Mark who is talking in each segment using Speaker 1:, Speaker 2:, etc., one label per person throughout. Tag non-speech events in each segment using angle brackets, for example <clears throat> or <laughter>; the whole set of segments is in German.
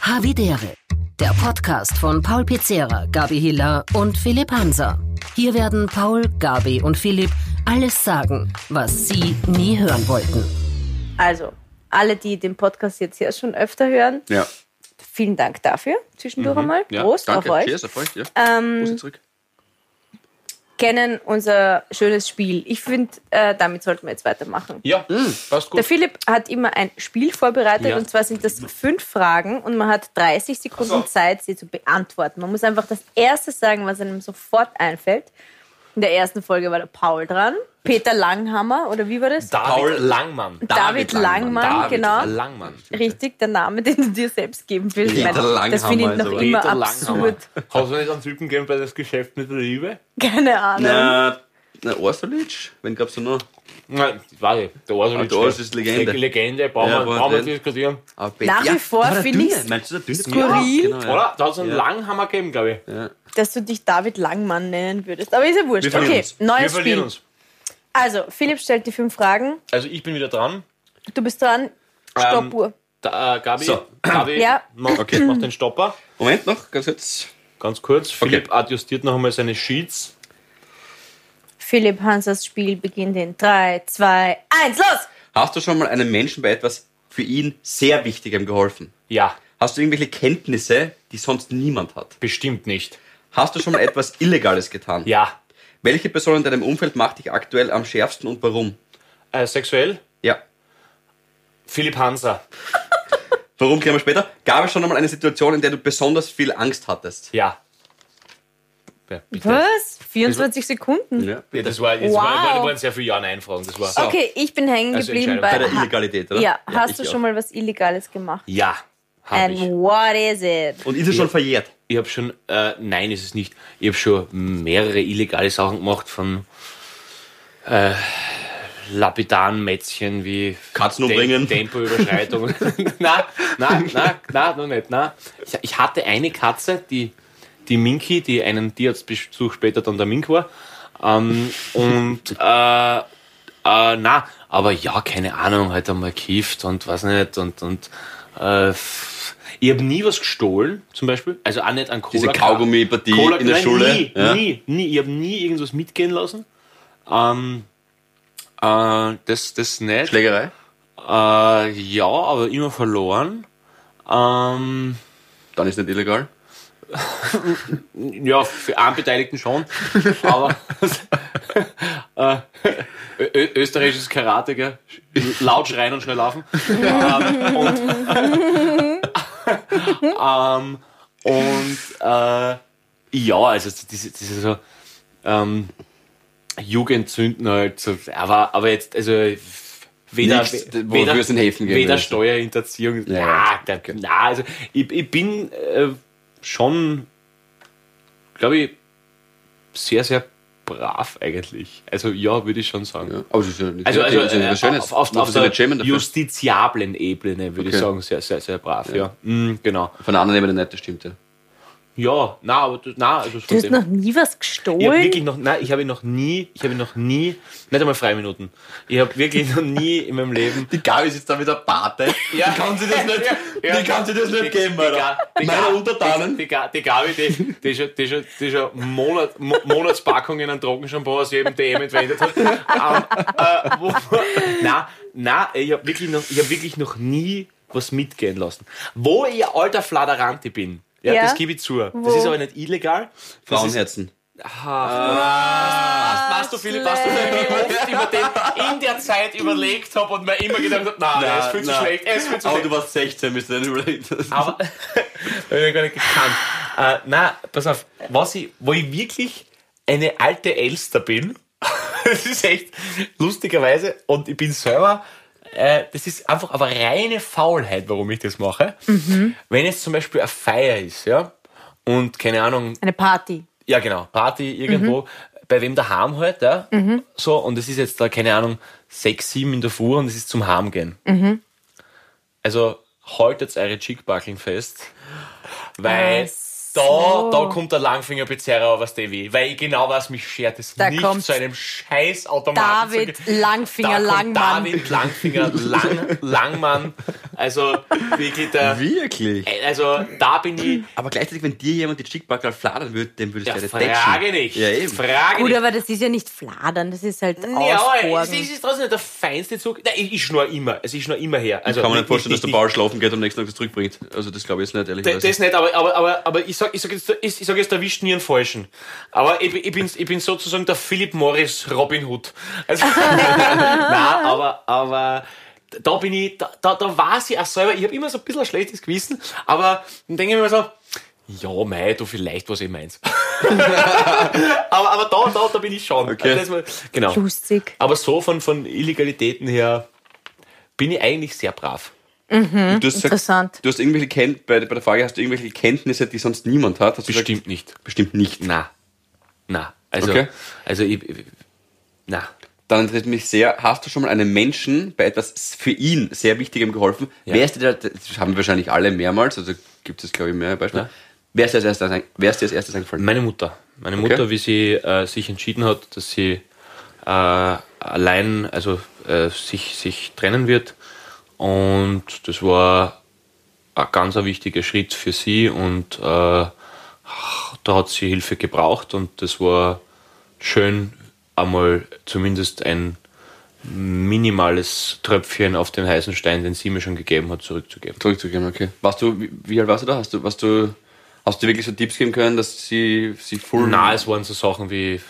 Speaker 1: Havidere, der Podcast von Paul Pizzera, Gabi Hiller und Philipp Hanser. Hier werden Paul, Gabi und Philipp alles sagen, was sie nie hören wollten.
Speaker 2: Also, alle, die den Podcast jetzt hier schon öfter hören,
Speaker 3: Ja.
Speaker 2: vielen Dank dafür. Zwischendurch einmal.
Speaker 3: Mhm. ja.
Speaker 2: Prost
Speaker 3: Danke.
Speaker 2: auf euch. Ähm,
Speaker 3: Cheers auf euch. Ja. Prost zurück.
Speaker 2: Kennen unser schönes Spiel. Ich finde, äh, damit sollten wir jetzt weitermachen.
Speaker 4: Ja,
Speaker 3: Hm,
Speaker 4: passt gut.
Speaker 2: Der Philipp hat immer ein Spiel vorbereitet
Speaker 4: Ja.
Speaker 2: und zwar sind das fünf Fragen und man hat 30 Sekunden
Speaker 4: Ach so.
Speaker 2: Zeit, sie zu beantworten. Man muss einfach das Erste sagen, was einem sofort einfällt. In der ersten Folge war der Paul dran, Peter Langhammer oder wie war das?
Speaker 4: Paul Langmann.
Speaker 2: David Langmann,
Speaker 4: David
Speaker 2: genau.
Speaker 4: Langmann.
Speaker 2: Richtig, der Name, <laughs> den du dir selbst geben willst.
Speaker 3: Peter
Speaker 2: Ich meine, das finde ich
Speaker 3: Langhammer,
Speaker 2: noch
Speaker 3: also.
Speaker 2: immer
Speaker 4: Peter Langhammer.
Speaker 2: absurd.
Speaker 4: Hast du nicht einen Typen gegeben bei das Geschäft mit der Liebe?
Speaker 2: Keine Ahnung.
Speaker 3: Na, na Orsulic? Wen gab's da noch?
Speaker 4: Nein, warte, der Arsenal
Speaker 3: Ah, der Arsenal ist Legende.
Speaker 4: Legende, brauchen
Speaker 3: Ja,
Speaker 4: wir-
Speaker 3: aber
Speaker 4: brauchen wir
Speaker 3: den-
Speaker 4: diskutieren.
Speaker 3: Ah, Pe-
Speaker 2: Nach wie vor
Speaker 3: aber der
Speaker 2: finde
Speaker 3: Dünne.
Speaker 2: ich's
Speaker 3: Meinst du, der Dünne?
Speaker 2: skurril.
Speaker 3: Ja, genau, ja.
Speaker 4: Oder? Da hat es einen Langhammer gegeben, glaube ich.
Speaker 2: Dass du dich David Langmann nennen würdest. Aber ist ja wurscht.
Speaker 3: verlieren
Speaker 2: okay,
Speaker 3: uns.
Speaker 4: wir
Speaker 2: neues
Speaker 4: verlieren
Speaker 2: Spiel.
Speaker 4: uns.
Speaker 2: Also, Philipp stellt die fünf Fragen.
Speaker 4: Also ich bin wieder dran.
Speaker 2: Du bist
Speaker 4: Ähm.
Speaker 2: dran. Stoppuhr.
Speaker 4: Da, äh, Gabi,
Speaker 3: So.
Speaker 4: Gabi
Speaker 2: Ja.
Speaker 4: mach,
Speaker 3: Okay.
Speaker 4: mach den Stopper.
Speaker 3: Moment noch, ganz kurz.
Speaker 4: Ganz kurz. Philipp adjustiert noch einmal seine Sheets.
Speaker 2: Philipp Hansers Spiel beginnt in 3, 2, 1, los!
Speaker 3: Hast du schon mal einem Menschen bei etwas für ihn sehr Wichtigem geholfen?
Speaker 4: Ja,
Speaker 3: Hast du irgendwelche Kenntnisse, die sonst niemand hat?
Speaker 4: bestimmt nicht.
Speaker 3: Hast du schon mal etwas Illegales getan?
Speaker 4: Ja.
Speaker 3: Welche Person in deinem Umfeld macht dich aktuell am schärfsten und warum?
Speaker 4: Äh, sexuell?
Speaker 3: Ja.
Speaker 4: Philipp Hanser.
Speaker 3: Warum klären wir später? Gab es schon einmal eine Situation, in der du besonders viel Angst hattest?
Speaker 4: Ja. ja bitte.
Speaker 2: Was? 24 Sekunden?
Speaker 3: Ja,
Speaker 4: Ja, das war, jetzt
Speaker 2: Wow.
Speaker 4: war, waren, waren sehr viele Ja-Nein-Fragen. Das war.
Speaker 3: So.
Speaker 2: Okay, ich bin hängen
Speaker 4: Also
Speaker 2: geblieben
Speaker 4: Entscheidung.
Speaker 2: bei.
Speaker 3: Bei der
Speaker 2: Äh, Ha-
Speaker 3: Illegalität, oder?
Speaker 2: ja,
Speaker 3: ich
Speaker 2: hast du
Speaker 3: auch.
Speaker 2: schon mal was Illegales gemacht?
Speaker 4: Ja, habe
Speaker 2: And
Speaker 4: ich.
Speaker 2: what is it?
Speaker 3: Und ist es schon verjährt?
Speaker 4: Ich habe schon, äh, nein, ist es nicht. Ich habe schon mehrere illegale Sachen gemacht von äh, lapidaren Mätzchen wie
Speaker 3: Katzen umbringen.
Speaker 4: Tempoüberschreitung.
Speaker 3: <laughs>
Speaker 4: <laughs> nein, nein, nein, nein, noch nicht. Nein. Ich, ich hatte eine Katze, die, die Minky, die einen Tierarztbesuch später dann der Mink war. Ähm, und äh, äh, na, aber ja, keine Ahnung, halt einmal gekifft und was nicht und und äh, f- ich habe nie was gestohlen, zum Beispiel. Also auch nicht an Cola.
Speaker 3: Diese Kaugummi-Partie
Speaker 4: Cola-
Speaker 3: in der
Speaker 4: nein,
Speaker 3: Schule,
Speaker 4: Nie,
Speaker 3: ja.
Speaker 4: nie, nie. Ich habe nie irgendwas mitgehen lassen. Ähm, äh, das, das nicht.
Speaker 3: Schlägerei?
Speaker 4: Äh, ja, aber immer verloren. Ähm,
Speaker 3: Dann ist nicht illegal.
Speaker 4: ja, für einen Beteiligten schon.
Speaker 3: <laughs>
Speaker 4: aber äh, Ö- Ö österreichisches Karate, gell? Sch- laut schreien und schnell laufen. ähm, und <laughs> ähm, und äh, ja, also diese, diese so ähm, Jugendsünden halt. So, aber, aber jetzt, also weder,
Speaker 3: Nichts, wofür es in Häfen gehen
Speaker 4: weder
Speaker 3: würde.
Speaker 4: Steuerhinterziehung.
Speaker 3: Ja,
Speaker 4: Ja, da, na, also ich, ich bin äh, schon, glaube ich, sehr, sehr brav eigentlich. Also ja, würde ich schon sagen.
Speaker 3: Ja. Aber es ist ja nicht
Speaker 4: Also, also
Speaker 3: es ist ja
Speaker 4: äh,
Speaker 3: was Schönes.
Speaker 4: auf, auf,
Speaker 3: Man
Speaker 4: auf
Speaker 3: muss sich
Speaker 4: der
Speaker 3: nicht schämen dafür.
Speaker 4: justiziablen Ebene würde ich
Speaker 3: Okay.
Speaker 4: sagen, sehr, sehr, sehr brav, ja. Mm, genau.
Speaker 3: Von der anderen Ebene nicht, das stimmt ja.
Speaker 4: Ja, na, aber das- na, also
Speaker 2: Du
Speaker 4: von
Speaker 2: hast
Speaker 4: dem.
Speaker 2: noch nie was
Speaker 4: Ich habe
Speaker 2: gestohlen?
Speaker 4: wirklich noch, nein, ich habe noch nie, ich habe noch nie, nicht einmal freie Minuten. Ich habe wirklich noch nie in meinem Leben.
Speaker 3: Die Gabi sitzt da mit der <laughs> Pate.
Speaker 4: Ja.
Speaker 3: Die kann sie das nicht,
Speaker 4: Ja.
Speaker 3: die kann sie das nicht geben, Alter.
Speaker 4: Die Ga-
Speaker 3: Meine
Speaker 4: die-
Speaker 3: Untertanen.
Speaker 4: Die, Ga- die Gabi, die, die schon, die schon, die schon Monat, Mo- Monatspackungen an Drogenshampoo aus jedem DM entwendet hat. Ähm, äh, wo, nein, nein, ich habe wirklich, noch- ich hab wirklich noch nie was mitgehen lassen. Wo ich ein alter Fladerante bin. Ja,
Speaker 2: Ja.
Speaker 4: das gebe ich zu. Das
Speaker 2: Wo?
Speaker 4: ist aber nicht illegal.
Speaker 3: Frauenherzen.
Speaker 4: Weißt du, Philipp, weißt du, wie oft ich mir den in der Zeit überlegt habe und mir immer gedacht habe, nein, es fühlt sich schlecht, es fühlt sich schlecht.
Speaker 3: warst 16, bist du nicht überlegt.
Speaker 4: Aber <laughs> hab ich gar nicht gekannt. Äh, nein, pass auf, was ich, wo ich wirklich eine alte Elster bin, <laughs> das ist echt lustigerweise, und ich bin selber, äh, das ist einfach aber reine Faulheit, warum ich das mache. Wenn jetzt zum Beispiel eine Feier ist, ja, und keine Ahnung,
Speaker 2: Eine Party.
Speaker 4: ja, genau. Party irgendwo,
Speaker 2: Mhm.
Speaker 4: bei wem daheim halt, ja. So, und es ist jetzt da, keine Ahnung, sechs, sieben in der Früh und es ist zum Heim gehen.
Speaker 2: Mhm.
Speaker 4: Also haltet eure Chickbackeln fest, weil
Speaker 2: so.
Speaker 4: Da, da kommt der Langfinger Pizzeria aber Stevie, weil ich genau weiß, mich schert es
Speaker 2: Da
Speaker 4: nicht
Speaker 2: kommt
Speaker 4: zu einem Scheißautomaten.
Speaker 2: David
Speaker 4: zu gehen.
Speaker 2: Langfinger
Speaker 4: da kommt
Speaker 2: Langmann.
Speaker 4: David Langfinger Lang, Langmann. Also wirklich der.
Speaker 3: Wirklich?
Speaker 4: Also da bin ich.
Speaker 3: Aber gleichzeitig, wenn dir jemand die Chickbackerl fladern würde, dann würdest
Speaker 4: Ja,
Speaker 3: du ja ditchen.
Speaker 4: frage nicht.
Speaker 3: Ja, eben.
Speaker 4: Frage
Speaker 2: Gut,
Speaker 4: nicht.
Speaker 2: aber das ist ja nicht fladern, das ist halt
Speaker 4: Ja, es
Speaker 2: ausborgen.
Speaker 4: ist, es ist trotzdem nicht der feinste Zug. Nein, ich, ich schnur immer. Also ich schnur immer her. Also
Speaker 3: Ich kann mir
Speaker 4: nicht-
Speaker 3: nicht vorstellen, dass
Speaker 4: nicht-
Speaker 3: der
Speaker 4: nicht-
Speaker 3: Bauer schlafen geht und am nächsten Tag das zurückbringt. Also das glaube ich jetzt nicht,
Speaker 4: Das,
Speaker 3: ehrlicherweise.
Speaker 4: das nicht, aber, aber, aber, aber ich sag, ich sag jetzt, ich, ich sag jetzt erwischt nie einen Falschen. Aber ich, bin- ich, bin, ich bin sozusagen der Philip Morris Robin Hood. Also, <laughs> nein, aber, aber da bin ich, da, da, da war sie auch selber, ich habe immer so ein bisschen ein schlechtes Gewissen, aber dann denke ich mir so, ja, mei, du vielleicht, was ich meins. <laughs> aber, aber da, da, da bin ich schon.
Speaker 3: Okay.
Speaker 4: Das, war- genau.
Speaker 2: Lustig.
Speaker 4: Aber so von, von Illegalitäten her bin ich eigentlich sehr brav.
Speaker 3: du hast gesagt,
Speaker 2: Interessant.
Speaker 3: Du hast irgendwelche Ken bei, bei der Frage, hast du irgendwelche Kenntnisse, die sonst niemand hat? Hast du
Speaker 4: Bestimmt nicht.
Speaker 3: Gesagt, bestimmt nicht.
Speaker 4: Na, na, also,
Speaker 3: Okay.
Speaker 4: also ich, ich- na,
Speaker 3: Dann interessiert mich sehr, hast du schon mal einem Menschen bei etwas für ihn sehr Wichtigem geholfen?
Speaker 4: Ja.
Speaker 3: Wer ist dir da, das haben wahrscheinlich alle mehrmals, also gibt es glaube ich mehrere Beispiele.
Speaker 4: Ja.
Speaker 3: Wer ist dir als erstes, ein- wer ist dir als erstes eingefallen?
Speaker 4: meine Mutter, meine Mutter, wie sie äh, sich entschieden hat, dass sie äh, allein, also äh, sich, sich trennen wird und das war ein ganz ein wichtiger Schritt für sie und äh, da hat sie Hilfe gebraucht und das war schön, einmal zumindest ein minimales Tröpfchen auf den heißen Stein, den sie mir schon gegeben hat, zurückzugeben.
Speaker 3: Zurückzugeben, okay. Warst du, wie, wie alt warst du da? Hast du, warst du, hast du wirklich so Tipps geben können, dass sie, sie full...
Speaker 4: Na, es waren so Sachen wie äh,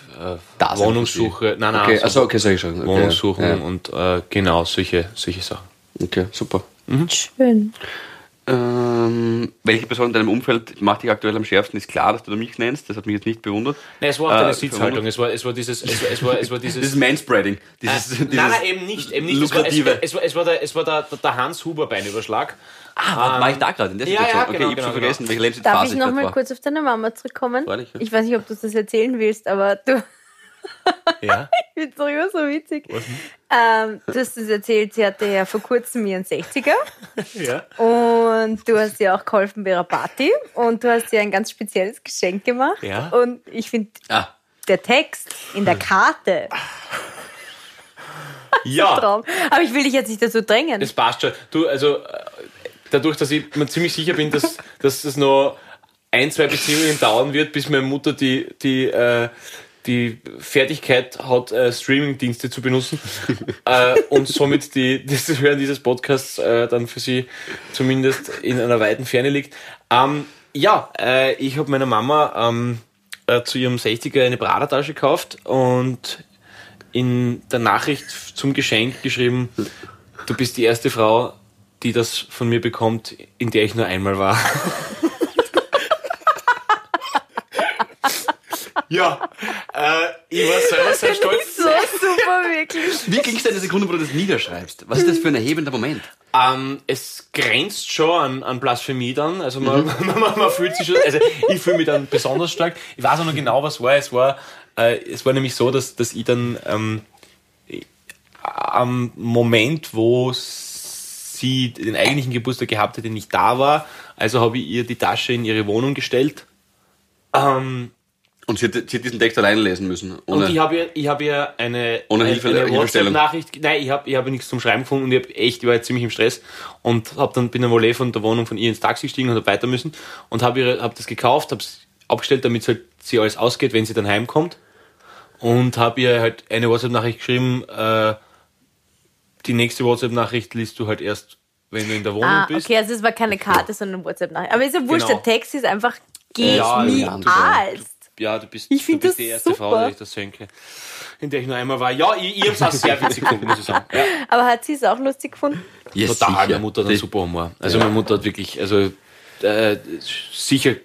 Speaker 3: Das
Speaker 4: Wohnungssuche, nein, nein,
Speaker 3: Okay,
Speaker 4: so
Speaker 3: also okay, sag ich schon. Okay,
Speaker 4: Wohnungssuchen
Speaker 3: ja.
Speaker 4: und äh, genau solche, solche Sachen.
Speaker 3: Okay, super.
Speaker 2: Schön.
Speaker 3: Ähm, welche Person in deinem Umfeld macht dich aktuell am schärfsten? Ist klar, dass du da mich nennst. Das hat mich jetzt nicht bewundert.
Speaker 4: Nein, es war auch
Speaker 3: Äh,
Speaker 4: deine Sitzhaltung,
Speaker 3: verwundert.
Speaker 4: es war, es war dieses, es war, es war, es
Speaker 3: <laughs>
Speaker 4: war
Speaker 3: Das
Speaker 4: dieses.
Speaker 3: ist Manspreading. Dieses,
Speaker 4: Äh,
Speaker 3: dieses
Speaker 4: nein, nein, eben nicht. Eben nicht. Es, war, es,
Speaker 3: lukrative.
Speaker 4: es, war, es war der, es war der, der- der Hans Huber Beinüberschlag.
Speaker 3: ah, warte, war ich da gerade in der
Speaker 4: ja,
Speaker 3: Situation?
Speaker 4: ja,
Speaker 3: okay,
Speaker 4: genau,
Speaker 3: ich hab
Speaker 4: genau,
Speaker 3: schon vergessen, welche
Speaker 2: Darf
Speaker 3: Lebensphase
Speaker 2: ich
Speaker 3: dort
Speaker 2: nochmal
Speaker 3: war.
Speaker 2: kurz auf deine Mama zurückkommen?
Speaker 3: Freilich, ja.
Speaker 2: Ich weiß nicht, ob du das erzählen willst, aber <laughs> du
Speaker 4: Ja.
Speaker 2: bist doch immer so witzig. Ähm, du hast es erzählt, sie hatte ja vor kurzem ihren 60er
Speaker 4: <laughs> ja.
Speaker 2: und du hast ihr auch geholfen bei ihrer Party und du hast ihr ein ganz spezielles Geschenk gemacht.
Speaker 4: Ja.
Speaker 2: Und ich finde,
Speaker 3: Ah,
Speaker 2: der Text in der Karte,
Speaker 4: ja.
Speaker 2: Traum. Aber ich will dich jetzt nicht dazu drängen.
Speaker 4: Das passt schon. Du, also äh, dadurch, dass ich mir ziemlich sicher bin, dass, dass das noch ein, zwei Beziehungen dauern wird, bis meine Mutter die, die, äh, die Fertigkeit hat, äh, Streaming-Dienste zu benutzen äh, und somit die, das Hören dieses Podcasts äh, dann für sie zumindest in einer weiten Ferne liegt. Ähm, ja, äh, ich habe meiner Mama ähm, äh, zu ihrem 60er eine Prada-Tasche gekauft und in der Nachricht zum Geschenk geschrieben, du bist die erste Frau, die das von mir bekommt, in der ich nur einmal war. <laughs> ja, äh, ich war selber <laughs> sehr stolz.
Speaker 2: so super, wirklich.
Speaker 3: wie ging es dir in der Sekunde, wo du das niederschreibst? Was ist das für ein erhebender Moment?
Speaker 4: Ähm, es grenzt schon an, an Blasphemie dann. Also man, man, <laughs> man, man fühlt sich schon, also ich fühle mich dann besonders stark. Ich weiß auch noch genau, was war. Es war, äh, es war nämlich so, dass, dass ich dann ähm, ich- am Moment, wo sie den eigentlichen Geburtstag gehabt hätte, nicht da war. Also habe ich ihr die Tasche in ihre Wohnung gestellt. Ähm,
Speaker 3: Und sie hat, sie hat diesen Text alleine lesen müssen. Ohne,
Speaker 4: und ich habe ihr, ich habe ihr eine,
Speaker 3: Ohne
Speaker 4: eine,
Speaker 3: Hilfe-
Speaker 4: eine
Speaker 3: Hilfestellung.
Speaker 4: WhatsApp-Nachricht. Nein, ich habe, ich habe nichts zum Schreiben gefunden und ich habe echt, ich war jetzt ziemlich im Stress und habe dann bin dann wohl eh von der Wohnung von ihr ins Taxi gestiegen und habe weiter müssen und habe ihre, habe das gekauft, habe es abgestellt, damit es halt sie alles ausgeht, wenn sie dann heimkommt und habe ihr halt eine WhatsApp-Nachricht geschrieben. Äh, die nächste WhatsApp-Nachricht liest du halt erst, wenn du in der Wohnung
Speaker 2: Ah,
Speaker 4: bist.
Speaker 2: okay, also es war keine Karte, sondern WhatsApp-Nachricht. Aber ist ja wurscht,
Speaker 4: Genau.
Speaker 2: der Text ist einfach, geh
Speaker 4: Ja,
Speaker 2: nie
Speaker 4: ja,
Speaker 3: du-
Speaker 2: alst.
Speaker 4: Ja, du bist,
Speaker 2: Ich
Speaker 4: du
Speaker 2: find
Speaker 4: bist
Speaker 2: das
Speaker 4: die erste Frau,
Speaker 2: super.
Speaker 4: der ich das schenke, in der ich nur einmal war. Ja, ich, ich habe es auch sehr witzig gefunden, muss ich sagen. Ja.
Speaker 2: Aber hat sie es auch lustig gefunden?
Speaker 3: Yes,
Speaker 4: total.
Speaker 3: sicher.
Speaker 4: Meine Mutter hat einen
Speaker 3: Das-
Speaker 4: super Humor. Also meine Mutter hat wirklich, also äh, sicher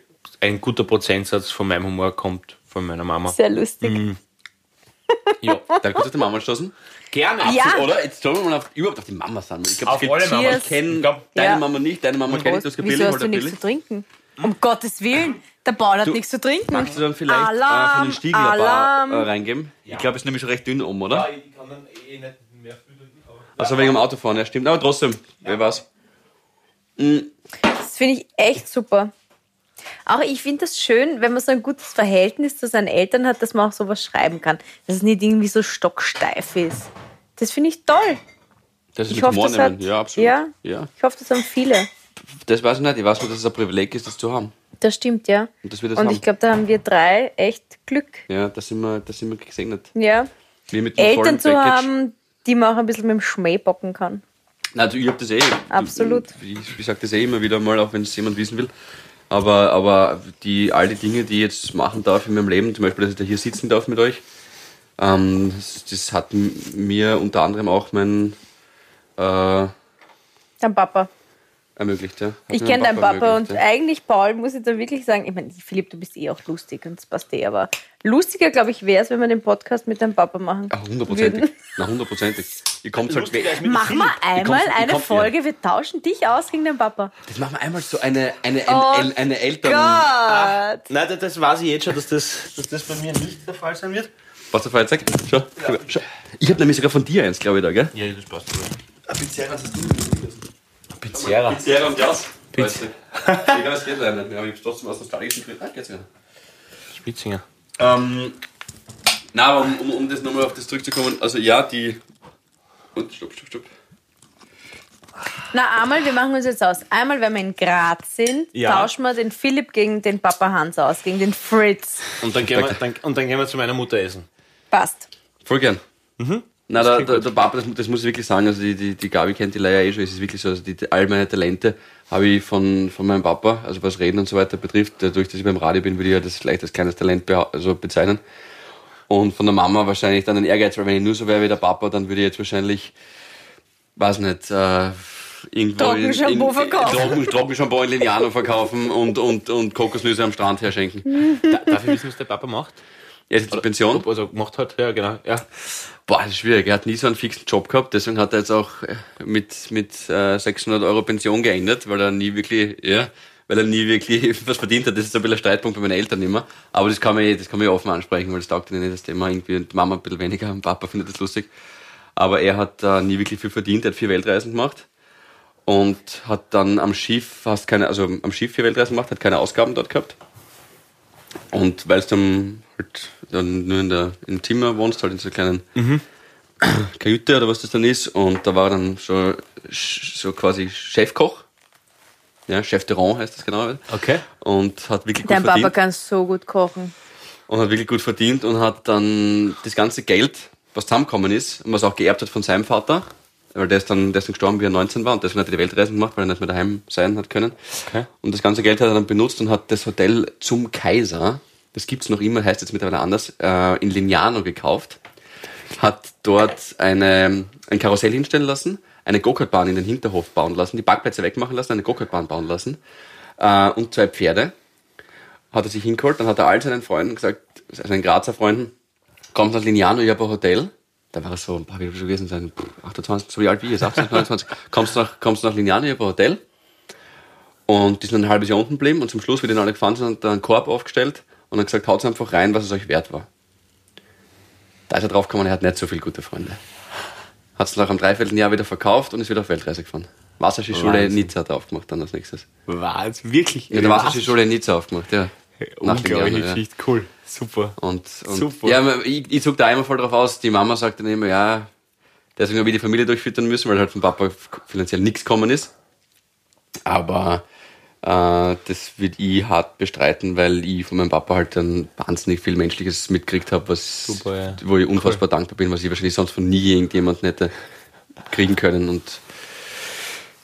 Speaker 4: ein guter Prozentsatz von meinem Humor kommt von meiner Mama.
Speaker 2: Sehr lustig.
Speaker 4: Ja,
Speaker 3: Darf ich kurz auf die Mama stoßen?
Speaker 4: gerne.
Speaker 2: Ja.
Speaker 3: Oder? Jetzt schauen wir mal auf, überhaupt auf die Mama an. Ich glaube, es
Speaker 4: Auf
Speaker 3: gibt
Speaker 4: alle Mamas.
Speaker 3: Ich kenne
Speaker 4: Ich glaub,
Speaker 3: deine
Speaker 2: ja.
Speaker 3: Mama nicht, deine Mama kenne ich, du hast
Speaker 2: Wieso hast du
Speaker 3: gebildet,
Speaker 2: nichts zu trinken?
Speaker 3: Hm?
Speaker 2: Um Gottes Willen, der Paul hat nichts zu trinken.
Speaker 3: Magst du dann vielleicht äh, von
Speaker 2: Alarm,
Speaker 3: den Stiegler Bar
Speaker 2: Alarm.
Speaker 3: äh, reingeben? Ich glaube, es ist nämlich schon recht dünn oben, oder?
Speaker 4: Ich kann dann eh nicht mehr fühlen.
Speaker 3: Also wegen dem Autofahren, ja, stimmt. Aber trotzdem, wer weiß.
Speaker 2: Das finde ich echt super. Auch ich finde das schön, wenn man so ein gutes Verhältnis zu seinen Eltern hat, dass man auch sowas schreiben kann. Dass es nicht irgendwie so stocksteif ist. Das finde ich toll.
Speaker 3: Das ist
Speaker 2: Ich
Speaker 3: mit
Speaker 2: hoffe,
Speaker 3: Humor
Speaker 2: das hat,
Speaker 3: nehmen. Ja, absolut.
Speaker 2: Ja,
Speaker 3: ja.
Speaker 2: ich hoffe, das haben viele.
Speaker 3: Das weiß ich nicht. Ich weiß nur, dass es ein Privileg ist, das zu haben.
Speaker 2: Das stimmt, ja.
Speaker 3: Und dass wir das
Speaker 2: Und
Speaker 3: haben.
Speaker 2: ich glaube, da haben wir drei echt Glück.
Speaker 3: Ja, da sind wir, da sind wir gesegnet.
Speaker 2: Ja.
Speaker 3: Wir mit dem vollen
Speaker 2: Eltern zu
Speaker 3: Package.
Speaker 2: haben, die man auch ein bisschen mit dem Schmäh bocken kann.
Speaker 3: Nein, Also ich habe das eh.
Speaker 2: Absolut.
Speaker 3: Ich, ich sage das eh immer wieder mal, auch wenn es jemand wissen will. Aber, aber die, all die Dinge, die ich jetzt machen darf in meinem Leben, zum Beispiel, dass ich da hier sitzen darf mit euch, ähm, das, das hat m- mir unter anderem auch mein äh,
Speaker 2: Dein Papa.
Speaker 3: ermöglicht. Ja. Hat
Speaker 2: Ich
Speaker 3: mir
Speaker 2: kenne
Speaker 3: mein
Speaker 2: deinen Papa und
Speaker 3: ermöglicht, ja.
Speaker 2: eigentlich, Paul, muss ich da wirklich sagen, ich meine, Philipp, du bist eh auch lustig und das passt eh, aber lustiger, glaube ich, wäre es, wenn wir den Podcast mit deinem Papa machen.
Speaker 3: Ah,
Speaker 2: würden.
Speaker 3: Hundertprozentig. <laughs> Na, hundertprozentig. Ihr kommt halt weg.
Speaker 2: Mach mal einmal
Speaker 3: kommst- wie
Speaker 2: eine
Speaker 3: kommst-
Speaker 2: Folge, wir tauschen dich aus gegen deinen Papa.
Speaker 3: Das machen wir einmal so eine, eine,
Speaker 2: Oh
Speaker 3: eine, eine Eltern.
Speaker 2: Gott!
Speaker 4: Nein, das- das weiß ich jetzt schon, dass das, dass das bei mir nicht der Fall sein wird.
Speaker 3: Was der Feuerzeug? Schau. Schau. Ich habe nämlich sogar von dir eins, glaube ich, da, gell?
Speaker 4: Ja, das passt.
Speaker 3: Pizzeria hast du nicht
Speaker 4: Pizzeria.
Speaker 3: Pizzeria und Glas. <laughs> Pizza. Ich weiß, geht leider nicht mehr, aber ich hab's trotzdem aus dem Stadion gekriegt. Ah, geht's wieder.
Speaker 4: Spitzinger.
Speaker 3: Ähm, na, aber um, um, um das nochmal auf das zurückzukommen, also ja, die. Und stopp, stopp, stopp.
Speaker 2: Na, einmal, wir machen uns jetzt aus. Einmal, wenn wir in Graz sind,
Speaker 4: Ja.
Speaker 2: tauschen wir den Philipp gegen den Papa Hans aus, gegen den Fritz.
Speaker 4: Und dann, gehen wir, dann, und dann gehen wir zu meiner Mutter essen.
Speaker 2: Passt.
Speaker 3: Voll gern. Na, der, der, der Papa, das, mu- das muss ich wirklich sagen, also die, die, die Gabi kennt die Leier eh schon, es ist wirklich so, also die, all meine Talente habe ich von, von meinem Papa, also was Reden und so weiter betrifft, dadurch, dass ich beim Radio bin, würde ich ja das vielleicht als kleines Talent beha- also bezeichnen. Und von der Mama wahrscheinlich dann den Ehrgeiz, weil wenn ich nur so wäre wie der Papa, dann würde ich jetzt wahrscheinlich, weiß nicht, äh, irgendwo
Speaker 2: Trockenshampoo
Speaker 3: in, in,
Speaker 2: verkaufen.
Speaker 3: Trocken, Trockenshampoo in Lignano verkaufen und, und, und Kokosnüsse am Strand herschenken.
Speaker 4: Da, darf ich wissen, was der Papa macht?
Speaker 3: Er ist jetzt in Pension.
Speaker 4: Also gemacht hat, ja genau. Ja.
Speaker 3: Boah, das ist schwierig. Er hat nie so einen fixen Job gehabt, deswegen hat er jetzt auch äh, mit, mit äh, 600 Euro Pension geendet, weil er nie wirklich, ja, weil er nie wirklich <laughs> was verdient hat. Das ist so ein bisschen ein Streitpunkt bei meinen Eltern immer. Aber das kann man, eh- das kann man ja offen ansprechen, weil das taugt ihnen nicht das Thema irgendwie. Und die Mama ein bisschen weniger, und Papa findet das lustig. Aber er hat äh, nie wirklich viel verdient, er hat vier Weltreisen gemacht und hat dann am Schiff fast keine, also am Schiff vier Weltreisen gemacht, hat keine Ausgaben dort gehabt. Und weil es dann halt dann nur in der, im Zimmer wohnst, halt in so kleinen <clears throat> Kajüte oder was das dann ist. Und da war er dann so, so quasi Chefkoch. Ja, Chef de Rang heißt das genau.
Speaker 4: Okay.
Speaker 3: Und hat wirklich gut
Speaker 2: Dein
Speaker 3: verdient
Speaker 2: Papa kann so gut kochen.
Speaker 3: und hat wirklich gut verdient und hat dann das ganze Geld, was zusammengekommen ist und was auch geerbt hat von seinem Vater, weil der ist dann, der ist dann gestorben, wie er 19 war und deswegen hat er die Weltreisen gemacht, weil er nicht mehr daheim sein hat können.
Speaker 4: Okay.
Speaker 3: Und das ganze Geld hat er dann benutzt und hat das Hotel zum Kaiser, das gibt's noch immer, heißt jetzt mittlerweile anders, äh, in Lignano gekauft, hat dort eine, ein Karussell hinstellen lassen, eine Go-Kart-Bahn in den Hinterhof bauen lassen, die Parkplätze wegmachen lassen, eine Go-Kart-Bahn bauen lassen äh, und zwei Pferde hat er sich hingeholt, dann hat er all seinen Freunden gesagt, seinen Grazer Freunden, kommt nach Lignano, ich habe ein Hotel. Da war er so, ein paar Jahre gewesen sein, pff, 28, so wie alt wie ich, jetzt, 28, 29, kommst du nach, kommst du nach Lignano, ich habe ein Hotel. Und die sind dann ein halbes Jahr unten geblieben und zum Schluss, wie die dann alle gefahren sind, hat er einen Korb aufgestellt und dann gesagt, haut einfach rein, was es euch wert war. Da ist er draufgekommen, er hat nicht so viele gute Freunde. Hat es nach einem Dreivierteljahr wieder verkauft und ist wieder auf Weltreise gefahren. Wasserskischule in
Speaker 4: Wahnsinn.
Speaker 3: Nizza hat er aufgemacht dann als nächstes.
Speaker 4: War es wirklich?
Speaker 3: Ja, der Wasserskischule in Nizza aufgemacht, ja. Nach Lignano,
Speaker 4: Unglaubliche
Speaker 3: ja.
Speaker 4: Geschichte, cool. Super.
Speaker 3: Und, und
Speaker 4: Super.
Speaker 3: Ja, ich, ich zog da einmal voll drauf aus. Die Mama sagt dann immer, ja, deswegen habe ich die Familie durchfüttern müssen, weil halt vom Papa finanziell nichts gekommen ist. Aber äh, das wird ich hart bestreiten, weil ich von meinem Papa halt dann wahnsinnig viel Menschliches mitgekriegt habe, was
Speaker 4: Super, ja.
Speaker 3: wo ich unfassbar dankbar bin, was ich wahrscheinlich sonst von nie irgendjemanden hätte kriegen können. Und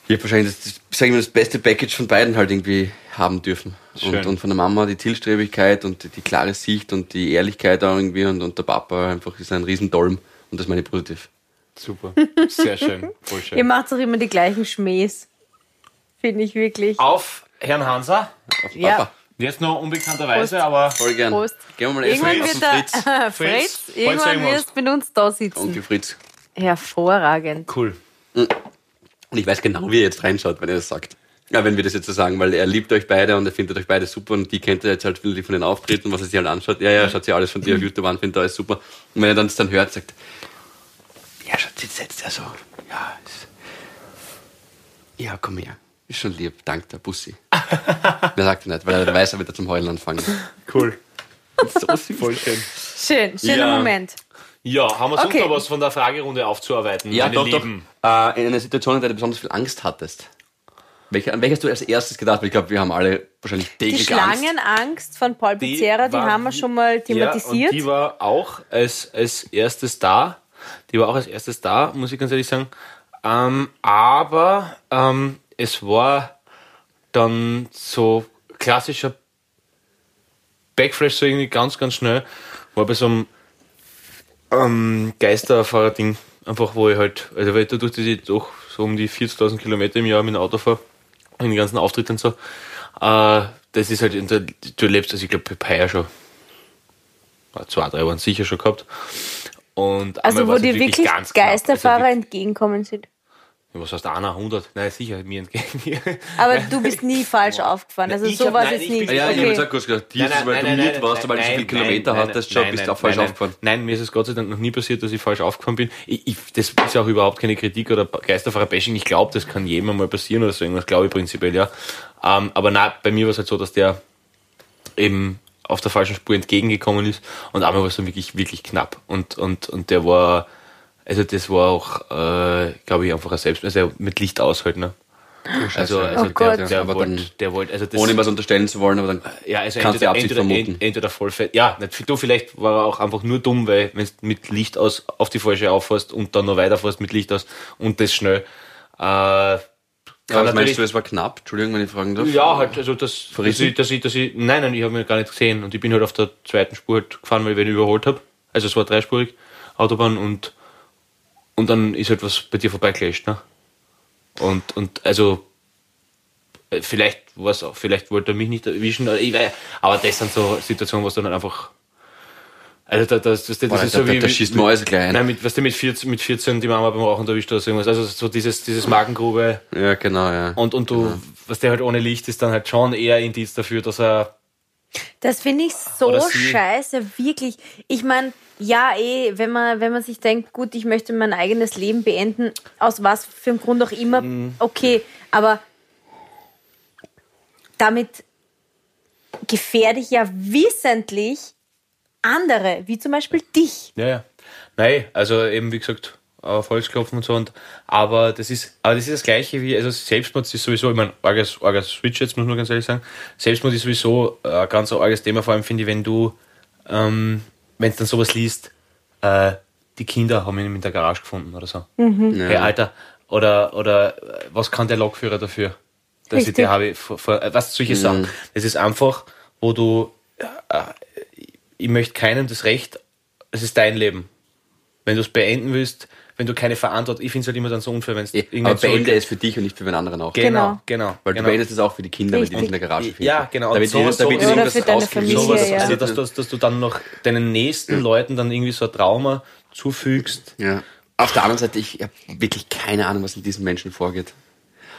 Speaker 3: ich habe wahrscheinlich das, das, sag ich mal, das beste Package von beiden halt irgendwie haben dürfen.
Speaker 4: Schön.
Speaker 3: Und, und von der Mama die Zielstrebigkeit und die, die klare Sicht und die Ehrlichkeit auch irgendwie und, und der Papa einfach ist ein Riesendolm und das meine ich positiv.
Speaker 4: Super. Sehr schön. Voll schön.
Speaker 2: Ihr macht doch immer die gleichen Schmähs. Finde ich wirklich.
Speaker 4: Auf Herrn Hansa.
Speaker 3: Auf den
Speaker 2: Ja.
Speaker 3: Papa.
Speaker 4: Jetzt noch unbekannterweise,
Speaker 2: Prost.
Speaker 4: aber
Speaker 3: Voll gern.
Speaker 2: Prost.
Speaker 3: Gehen wir mal essen
Speaker 2: Irgendwann
Speaker 3: auf
Speaker 2: wird
Speaker 3: den
Speaker 2: der
Speaker 3: Fritz.
Speaker 2: <laughs> Fritz,
Speaker 4: Fritz, bald
Speaker 2: irgendwann
Speaker 4: sehen wir uns.
Speaker 2: wirst mit uns da sitzen.
Speaker 3: Onkel Fritz.
Speaker 2: Hervorragend.
Speaker 4: cool.
Speaker 3: Und ich weiß genau, wie er jetzt reinschaut, wenn er das sagt. Ja, wenn wir das jetzt so sagen, weil er liebt euch beide und er findet euch beide super und die kennt er jetzt halt viel von den Auftritten, was er sich halt anschaut. Ja, ja, schaut sich alles von dir auf YouTube an, findet alles super. Und wenn er dann es dann hört, sagt, ja, schaut, jetzt setzt er so. Ja, ist, ja, komm her. Ist schon lieb, dank der <laughs> Bussi. Der sagt nicht, weil er weiß, er wird da zum Heulen anfangen.
Speaker 4: Cool.
Speaker 3: <laughs> So süß.
Speaker 4: Voll schön.
Speaker 2: Schön, schöner
Speaker 4: Ja.
Speaker 2: Moment.
Speaker 4: Ja, haben wir sonst
Speaker 2: Okay.
Speaker 4: noch was von der Fragerunde aufzuarbeiten,
Speaker 3: Ja,
Speaker 4: meine
Speaker 3: doch, doch.
Speaker 4: Lieben?
Speaker 3: Äh, in einer Situation, in der du besonders viel Angst hattest. Welche, an welche hast du als erstes gedacht? Weil ich glaube, wir haben alle wahrscheinlich
Speaker 2: Die
Speaker 3: täglich Angst.
Speaker 2: Schlangenangst von Paul Pizzerra, die,
Speaker 4: war-
Speaker 2: haben wir schon mal
Speaker 4: Ja,
Speaker 2: thematisiert.
Speaker 4: und die war auch als, als erstes da. Die war auch als erstes da, muss ich ganz ehrlich sagen. Ähm, aber ähm, es war dann so klassischer Backflash, so irgendwie ganz, ganz schnell. War bei so einem ähm, Geisterfahrer-Ding, einfach wo ich halt, also weil ich dadurch, dass ich doch so um die 40.000 Kilometer im Jahr mit dem Auto fahre, in den ganzen Auftritten und so, äh, das ist halt, in der- du erlebst das, ich glaube, bei Paya schon war zwei, drei waren sicher schon gehabt. Und
Speaker 2: also
Speaker 4: einmal
Speaker 2: wo
Speaker 4: war's
Speaker 2: dir
Speaker 4: halt
Speaker 2: wirklich
Speaker 4: ganz knapp.
Speaker 2: Geisterfahrer
Speaker 4: Also,
Speaker 2: entgegenkommen sind.
Speaker 4: wie- was heißt einer? 100? Nein, sicher, mir entgegen. <laughs>
Speaker 2: Aber du bist nie falsch aufgefahren. Also
Speaker 4: ich
Speaker 2: so
Speaker 4: hab-
Speaker 2: war
Speaker 4: nein,
Speaker 2: es
Speaker 4: ich
Speaker 2: nie.
Speaker 4: bin-
Speaker 3: Ah Ja, ich
Speaker 2: Okay.
Speaker 3: habe gesagt, kurz gedacht, die ist, weil du nicht warst, weil du so viele Kilometer
Speaker 4: nein,
Speaker 3: hattest,
Speaker 4: nein,
Speaker 3: schon bist
Speaker 4: nein,
Speaker 3: du auch falsch
Speaker 4: nein,
Speaker 3: aufgefahren.
Speaker 4: Nein, mir ist es Gott sei Dank noch nie passiert, dass ich falsch aufgefahren bin. Ich, ich, das ist auch überhaupt keine Kritik oder Geisterfahrer-Bashing. Ich glaube, das kann jedem einmal passieren oder so irgendwas, glaube ich prinzipiell, ja. Ähm, aber nein, bei mir war es halt so, dass der eben auf der falschen Spur entgegengekommen ist und einmal war es dann wirklich, wirklich knapp. Und, und, und der war, also das war auch, äh, glaube ich, einfach ein Selbst, also mit Licht aushalten. Ne? Also, also
Speaker 2: Oh
Speaker 4: der,
Speaker 2: Gott.
Speaker 4: der,
Speaker 3: aber
Speaker 4: wollte,
Speaker 3: dann,
Speaker 4: der wollte, also das
Speaker 3: ohne was unterstellen zu wollen, aber dann
Speaker 4: ja, also
Speaker 3: kannst du die
Speaker 4: entweder,
Speaker 3: Absicht
Speaker 4: entweder,
Speaker 3: vermuten.
Speaker 4: ent- entweder voll fett. Ja, nicht, du vielleicht war er auch einfach nur dumm, weil wenn du mit Licht aus auf die falsche auffährst und dann noch weiterfährst mit Licht aus und das schnell. Äh, kann
Speaker 3: Aber was meinst
Speaker 4: natürlich-
Speaker 3: du, es war knapp? Entschuldigung, wenn ich fragen darf.
Speaker 4: ja, halt, also das, dass
Speaker 3: Verrissen?
Speaker 4: ich, dass ich, dass ich, nein, nein, ich habe mich gar nicht gesehen und ich bin halt auf der zweiten Spur halt gefahren, weil ich wen überholt habe. Also es war dreispurig, Autobahn und, und dann ist halt was bei dir vorbeigelascht, ne? Und, und, also, äh, vielleicht war es auch, vielleicht wollte er mich nicht erwischen, oder ich weiß, aber das sind so Situationen, wo es dann halt einfach, also da- das, das, das, das
Speaker 3: Boah,
Speaker 4: ist
Speaker 3: da-
Speaker 4: so
Speaker 3: da-
Speaker 4: wie,
Speaker 3: da
Speaker 4: wie-
Speaker 3: schießt man alles gleich ein.
Speaker 4: Nein, mit, was du mit 14, mit 14 die Mama beim Rauchen erwischt oder so irgendwas. Also so dieses, dieses Magengrube.
Speaker 3: Ja, genau, ja.
Speaker 4: Und, und du, was der halt ohne Licht ist, dann halt schon eher Indiz dafür, dass er.
Speaker 2: Das finde ich so
Speaker 4: Oder sie.
Speaker 2: scheiße, wirklich. Ich meine, ja, eh, wenn man, wenn man sich denkt, gut, ich möchte mein eigenes Leben beenden, aus was für einem Grund auch immer, okay, aber damit gefährde ich ja wissentlich andere, wie zum Beispiel dich.
Speaker 4: Ja, ja. Nein, also eben wie gesagt, auf Holz klopfen und so. Und, aber, das ist, aber das ist das Gleiche wie, also Selbstmord ist sowieso, ich meine, arges, arges Switch jetzt, muss man ganz ehrlich sagen. Selbstmord ist sowieso äh, ein ganz arges Thema, vor allem finde ich, wenn du, ähm, wenn du dann sowas liest, äh, die Kinder haben ihn in der Garage gefunden oder so. Hey, Alter, oder, oder äh, was kann der Lokführer dafür? Dass ich
Speaker 2: Richtig.
Speaker 4: der habe, vor, vor, äh, was solche Sachen. Das ist einfach, wo du, äh, ich möchte keinem das Recht, es ist dein Leben. Wenn du es beenden willst, wenn du keine Verantwortung, ich finde es halt immer dann so unfair, wenn es
Speaker 3: Ja,
Speaker 4: irgendwann
Speaker 3: aber beende
Speaker 4: zurück-
Speaker 3: es für dich und nicht für den anderen auch.
Speaker 4: Genau,
Speaker 2: Genau.
Speaker 4: genau.
Speaker 3: Weil
Speaker 4: genau.
Speaker 3: du beendest es auch für die Kinder, wenn die
Speaker 2: Richtig.
Speaker 3: dich in der Garage finden.
Speaker 4: Ja, genau.
Speaker 3: Damit,
Speaker 4: So-
Speaker 3: so,
Speaker 4: so-
Speaker 3: damit
Speaker 4: Oder
Speaker 3: irgendwas
Speaker 2: für deine
Speaker 3: rausgerissen
Speaker 2: Familie,
Speaker 3: wird.
Speaker 2: ja.
Speaker 4: Also, dass, du, dass du dann noch deinen nächsten Leuten dann irgendwie so ein Trauma zufügst.
Speaker 3: Ja. Auf der anderen Seite, ich habe wirklich keine Ahnung, was in diesen Menschen vorgeht.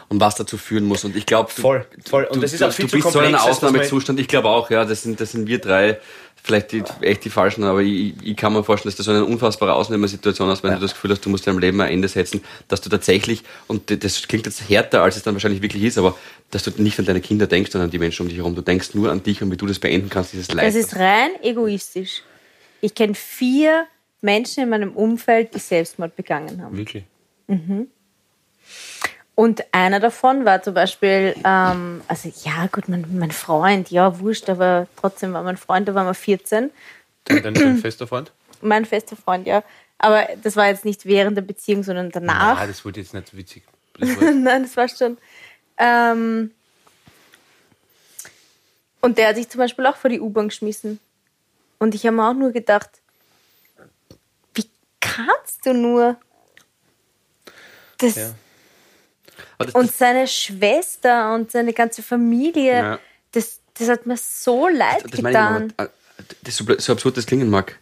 Speaker 3: Und was dazu führen muss. Und ich glaube, du,
Speaker 4: Voll, voll. Und
Speaker 3: du,
Speaker 4: das ist
Speaker 3: du,
Speaker 4: auch viel
Speaker 3: du
Speaker 4: zu
Speaker 3: bist so in
Speaker 4: komplex,
Speaker 3: einem
Speaker 4: als dass man-
Speaker 3: Ausnahmezustand. Ich glaube auch, ja, das sind, das sind wir drei vielleicht die, echt die Falschen, aber ich, ich kann mir vorstellen, dass das so eine unfassbare Ausnahmesituation ist, wenn du das Gefühl hast, du musst deinem Leben ein Ende setzen, dass du tatsächlich, und d- das klingt jetzt härter, als es dann wahrscheinlich wirklich ist, aber dass du nicht an deine Kinder denkst, sondern an die Menschen um dich herum. Du denkst nur an dich und wie du das beenden kannst, dieses Leid.
Speaker 2: Das ist rein egoistisch. Ich kenne vier Menschen in meinem Umfeld, die Selbstmord begangen haben.
Speaker 4: Wirklich.
Speaker 2: Und einer davon war zum Beispiel, ähm, also ja, gut, mein, mein Freund, ja, wurscht, aber trotzdem war mein Freund, da waren wir 14,
Speaker 4: Dein, dein, dein fester Freund?
Speaker 2: mein fester Freund, ja. Aber das war jetzt nicht während der Beziehung, sondern danach.
Speaker 4: Ah, das wurde jetzt nicht witzig. Das
Speaker 2: <laughs>
Speaker 4: war-
Speaker 2: Nein, das war schon. Ähm, und der hat sich zum Beispiel auch vor die U-Bahn geschmissen. Und ich habe mir auch nur gedacht, wie kannst du nur? Das,
Speaker 4: Ja.
Speaker 3: Aber das-
Speaker 2: Und seine Schwester und seine ganze Familie,
Speaker 3: Ja. Also,
Speaker 2: das, das hat mir so leid
Speaker 3: das meine ich
Speaker 2: getan.
Speaker 3: immer, aber, äh, das ist so, blöd- so absurd das klingen mag.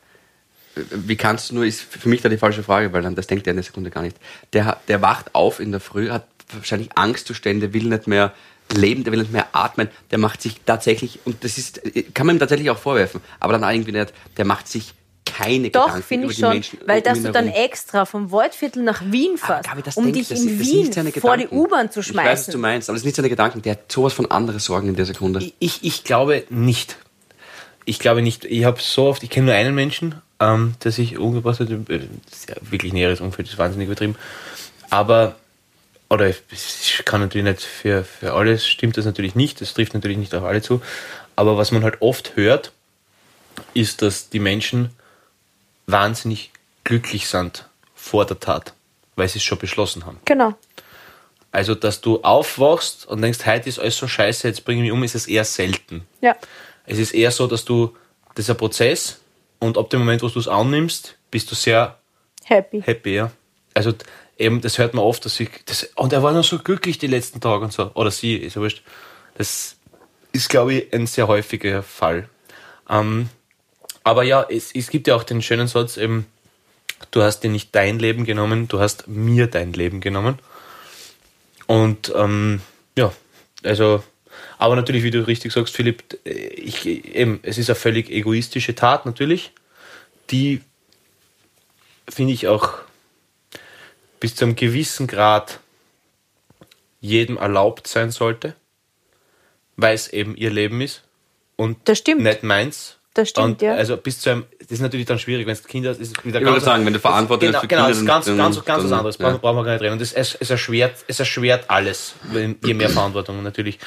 Speaker 3: Äh, Wie kannst du nur, ist für mich da die falsche Frage, weil an das denkt er in der Sekunde gar nicht. Der, hat- der wacht auf in der Früh, hat wahrscheinlich Angstzustände, will nicht mehr leben, der will nicht mehr atmen, der macht sich tatsächlich, und das ist, äh, kann man ihm tatsächlich auch vorwerfen, aber dann auch irgendwie nicht, der macht sich keine
Speaker 2: Doch,
Speaker 3: Gedanken
Speaker 2: finde
Speaker 3: über
Speaker 2: ich
Speaker 3: die
Speaker 2: schon,
Speaker 3: Menschen
Speaker 2: weil
Speaker 3: um
Speaker 2: dass
Speaker 3: ihn
Speaker 2: du dann
Speaker 3: herum.
Speaker 2: extra vom Waldviertel nach Wien
Speaker 3: Aber
Speaker 2: fährst,
Speaker 3: Gabi, das
Speaker 2: um
Speaker 3: denkt-
Speaker 2: dich
Speaker 3: das-
Speaker 2: in
Speaker 3: das sind nicht
Speaker 2: Wien
Speaker 3: seine
Speaker 2: vor die
Speaker 3: Gedanken.
Speaker 2: U-Bahn zu
Speaker 3: Ich weiß, was du
Speaker 2: schmeißen.
Speaker 3: meinst, aber das sind nicht seine Gedanken. Der hat sowas von andere Sorgen in der Sekunde.
Speaker 4: Ich, ich glaube nicht. Ich glaube nicht. Ich habe so oft, ich kenne nur einen Menschen, ähm, der sich umgebracht hat. Äh, Das ist ja wirklich näheres Umfeld, das ist wahnsinnig übertrieben. Aber, oder ich kann natürlich nicht für, für alles, stimmt das natürlich nicht, das trifft natürlich nicht auf alle zu. Aber was man halt oft hört, ist, dass die Menschen wahnsinnig glücklich sind vor der Tat, weil sie es schon beschlossen haben.
Speaker 2: Genau.
Speaker 4: Also, dass du aufwachst und denkst, heute ist alles so scheiße, jetzt bringe ich mich um, ist es eher selten.
Speaker 2: Ja.
Speaker 4: Es ist eher so, dass du, das ist ein Prozess und ab dem Moment, wo du es annimmst, bist du sehr
Speaker 2: Happy.
Speaker 4: happy, ja. Also d- eben, das hört man oft, dass ich, das, und er war noch so glücklich die letzten Tage und so, oder sie, ist ja wurscht. Das ist, glaube ich, ein sehr häufiger Fall. Ähm, aber ja, es, es gibt ja auch den schönen Satz eben, du hast dir nicht dein Leben genommen, du hast mir dein Leben genommen. Und ähm, ja, also, aber natürlich, wie du richtig sagst, Philipp, äh, ich, eben, es ist eine völlig egoistische Tat natürlich, die finde ich auch bis zu einem gewissen Grad jedem erlaubt sein sollte, weil es eben ihr Leben ist und
Speaker 2: Das stimmt.
Speaker 4: nicht meins.
Speaker 2: Das stimmt,
Speaker 4: und
Speaker 2: ja.
Speaker 4: Also bis zu einem, das ist natürlich dann schwierig, wenn es Kinder ist, ist wieder
Speaker 3: Ich wollte sagen, wenn du Verantwortung
Speaker 4: genau,
Speaker 3: hast für
Speaker 4: genau,
Speaker 3: Kinder,
Speaker 4: das ist
Speaker 3: dann-
Speaker 4: ganz,
Speaker 3: dann-
Speaker 4: ganz, ganz was
Speaker 3: dann-
Speaker 4: anderes.
Speaker 3: ja.
Speaker 4: Brauchen- brauchen wir gar nicht reden. Und das, es, es, erschwert, es erschwert alles, wenn- je mehr Verantwortung natürlich.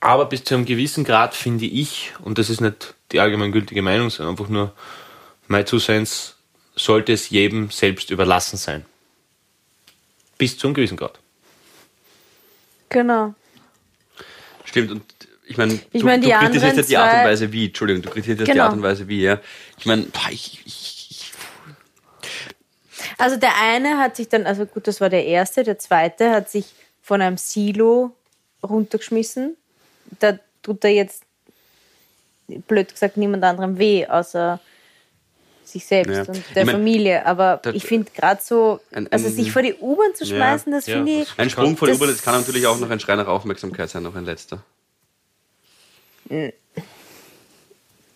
Speaker 4: Aber bis zu einem gewissen Grad finde ich, und das ist nicht die allgemeingültige Meinung, sondern einfach nur mein Zusens, sollte es jedem selbst überlassen sein. Bis zu einem gewissen Grad.
Speaker 2: Genau.
Speaker 3: Stimmt, und ich meine,
Speaker 2: Ich
Speaker 3: du,
Speaker 2: meine, die
Speaker 3: du kritisierst
Speaker 2: anderen
Speaker 3: ja die Art und
Speaker 2: zwei-
Speaker 3: Weise wie, Entschuldigung, du kritisierst die
Speaker 2: Genau.
Speaker 3: Art und Weise wie, ja. Ich meine, boah, ich, ich, ich,
Speaker 2: Also der eine hat sich dann, also gut, das war der erste, der zweite hat sich von einem Silo runtergeschmissen. Da tut er jetzt, blöd gesagt, niemand anderem weh, außer sich selbst
Speaker 3: Ja.
Speaker 2: und der
Speaker 3: Ich mein,
Speaker 2: Familie. Aber
Speaker 3: da-
Speaker 2: ich finde gerade so,
Speaker 3: Ein-
Speaker 2: also
Speaker 3: ein-
Speaker 2: sich vor die U-Bahn zu schmeißen, das
Speaker 4: ja,
Speaker 2: finde
Speaker 4: das
Speaker 2: ich,
Speaker 3: ein Sprung vor der
Speaker 2: das-
Speaker 3: U-Bahn, das kann natürlich auch noch ein Schrei nach Aufmerksamkeit sein, noch ein letzter.